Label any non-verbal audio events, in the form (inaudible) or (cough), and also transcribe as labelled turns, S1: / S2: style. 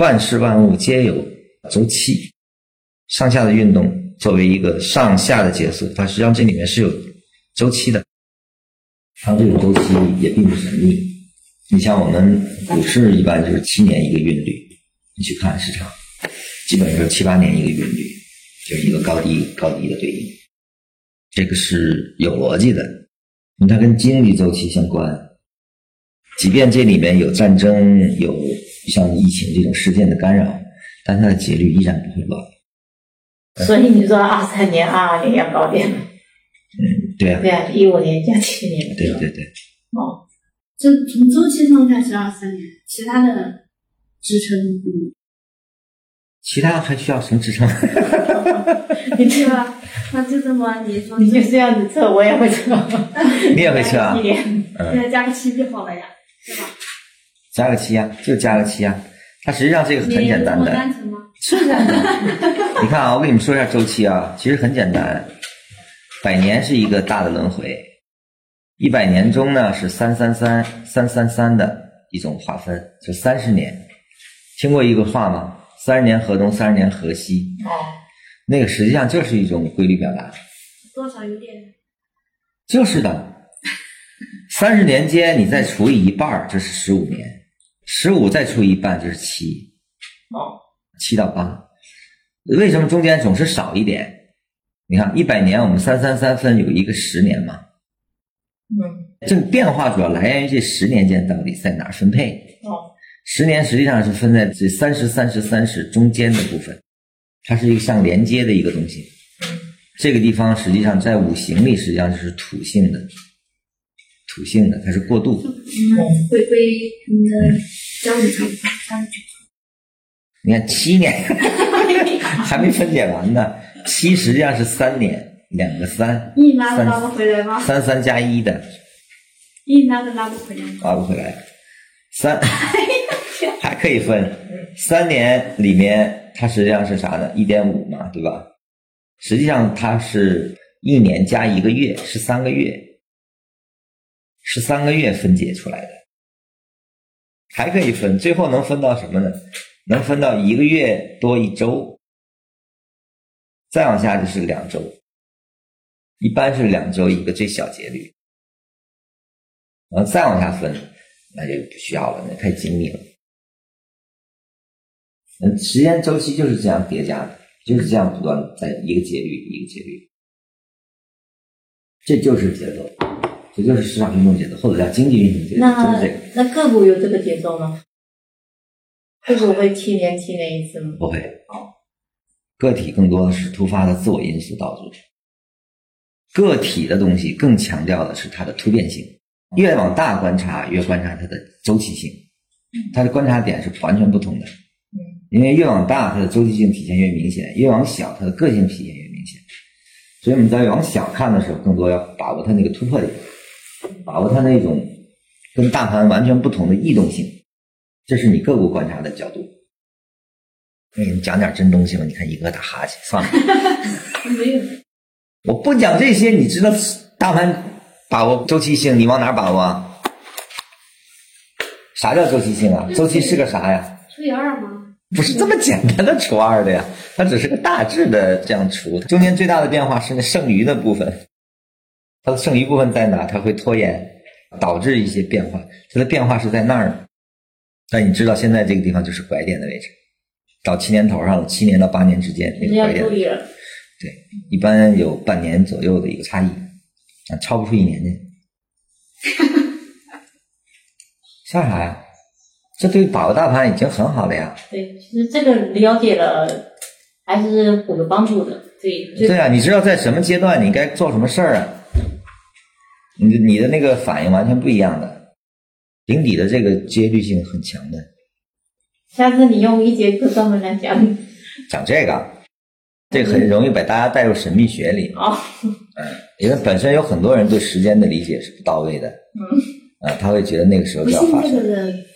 S1: 万事万物皆有周期，上下的运动作为一个上下的结束，它实际上这里面是有周期的。它这种周期也并不神秘，你像我们股市一般就是七年一个韵律，你去看市场，基本是七八年一个韵律，就是一个高低高低的对应，这个是有逻辑的，因为它跟经济周期相关。即便这里面有战争、有像疫情这种事件的干扰，但它的节律依然不会乱。
S2: 所以你说二三年、二二年要高点，
S1: 嗯，对啊
S2: 对，呀、啊，一五年加七年，
S1: 对对对，
S2: 哦，
S3: 就从周期上看是二三年，其他的支撑 (laughs) 嗯，
S1: 其他还需要什么 (laughs) 支撑？
S2: 你这
S3: 对
S2: 个
S3: 吧？那就这么你说，
S2: 你就这样子测，我也会测，
S1: 你也会 (laughs) 测
S3: (laughs)
S1: 啊
S2: 一？
S1: (laughs)
S2: 年，
S1: 嗯，
S3: 再加个七就好了呀，对吧？
S1: 加个七啊，就加个七啊。它实际上这个很
S3: 你有
S1: 简
S3: 这
S1: 单
S3: 么
S1: 的，
S3: 单纯吗？
S2: 是的，
S1: (laughs) 你看啊，我给你们说一下周期啊，其实很简单，百年是一个大的轮回，一百年中呢是三三三三三三的一种划分，就三十年。听过一个话吗？三十年河东，三十年河西，
S2: 哦，
S1: 那个实际上就是一种规律表达，
S3: 多少有点
S1: 就是的。三十年间你再除以一半儿，就是十五年，十五再除以一半就是七，
S2: 哦，
S1: 七到八，为什么中间总是少一点？你看一百年，我们三三三分有一个十年嘛，
S2: 嗯，
S1: 这个变化主要来源于这十年间到底在哪儿分配？
S2: 哦，
S1: 十年实际上是分在这三十、三十、三十中间的部分，它是一个像连接的一个东西。这个地方实际上在五行里实际上就是土性的，土性的它是过渡。
S3: 嗯，回归你的交流场，
S1: 你看七年 (laughs) 还没分解完呢，七实际上是三年，两个三，
S3: 硬拉都拉
S1: 三
S3: 不回来吗？
S1: 三三加一的
S3: 硬拉都拉不回来吗？
S1: 拉不回来，三还可以分，三年里面它实际上是啥呢？一点五嘛，对吧？实际上它是一年加一个月，十三个月，十三个月分解出来的，还可以分，最后能分到什么呢？能分到一个月多一周，再往下就是两周，一般是两周一个最小节律。然后再往下分，那就不需要了，那太精密了。嗯，时间周期就是这样叠加的，就是这样不断地在一个节律一个节律，这就是节奏，这就是市场运动节奏，或者叫经济运动节奏，就
S2: 那
S1: 是这个
S2: 那个股有这个节奏吗？个股会七年七年一次吗？
S1: 不会。个体更多的是突发的自我因素导致的，个体的东西更强调的是它的突变性，越往大观察越观察它的周期性，它的观察点是完全不同的。因为越往大，它的周期性体现越明显；越往小，它的个性体现越明显。所以我们在往小看的时候，更多要把握它那个突破点，把握它那种跟大盘完全不同的异动性，这是你个股观察的角度。那你讲点真东西吧。你看一个打哈欠，算了，
S3: 没有，
S1: 我不讲这些。你知道大盘把握周期性，你往哪儿把握啊？啥叫周期性啊？周期是个啥呀？
S3: 除以二吗？
S1: 不是这么简单的除二的呀，它只是个大致的这样除，中间最大的变化是那剩余的部分，它的剩余部分在哪？它会拖延，导致一些变化，它的变化是在那儿呢。但你知道现在这个地方就是拐点的位置，到七年头上了，七年到八年之间那
S2: 你
S1: 个
S2: 要
S1: 拐点
S2: 注，意了，
S1: 对，一般有半年左右的一个差异，啊，超不出一年的。笑啥呀？这对把握大盘已经很好了呀。
S2: 对，其实这个了解了还是有帮助的，对，就
S1: 对啊，你知道在什么阶段你该做什么事儿啊？你的你的那个反应完全不一样的，顶底的这个接律性很强的。
S2: 下次你用一节课专门来讲
S1: 讲这个，啊这个很容易把大家带入神秘学里，
S2: 哦，
S1: 因为本身有很多人对时间的理解是不到位的。嗯，啊，他会觉得那个时候
S3: 不
S1: 就要
S3: 信
S1: 发
S3: 这
S1: 生。
S3: 个的